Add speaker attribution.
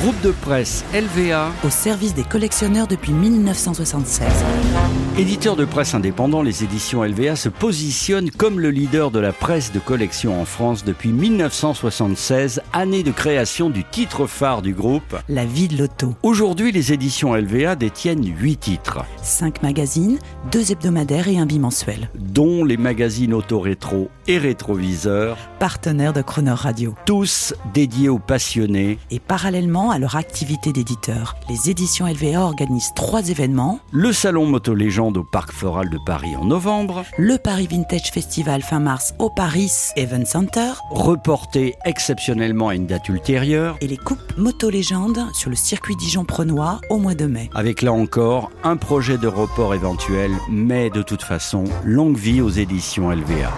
Speaker 1: Groupe de presse LVA,
Speaker 2: au service des collectionneurs depuis 1976.
Speaker 1: éditeur de presse indépendant, les éditions LVA se positionnent comme le leader de la presse de collection en France depuis 1976, année de création du titre phare du groupe.
Speaker 2: La vie de l'auto.
Speaker 1: Aujourd'hui, les éditions LVA détiennent 8 titres,
Speaker 2: 5 magazines, 2 hebdomadaires et un bimensuel.
Speaker 1: dont les magazines Autorétro et Rétroviseur,
Speaker 2: Partenaire de Chrono Radio.
Speaker 1: tous dédiés aux passionnés,
Speaker 2: Et parallèlement à leur activité d'éditeur, les éditions LVA organisent 3 événements.
Speaker 1: le salon Moto Légende au Parc Floral de Paris en novembre,
Speaker 2: Le Paris Vintage Festival fin mars au Paris Event Center.
Speaker 1: reporté exceptionnellement à une date ultérieure,
Speaker 2: Et les coupes Moto Légende sur le circuit Dijon-Prenois au mois de mai.
Speaker 1: Avec là encore un projet de report éventuel, mais de toute façon, longue vie aux éditions LVA.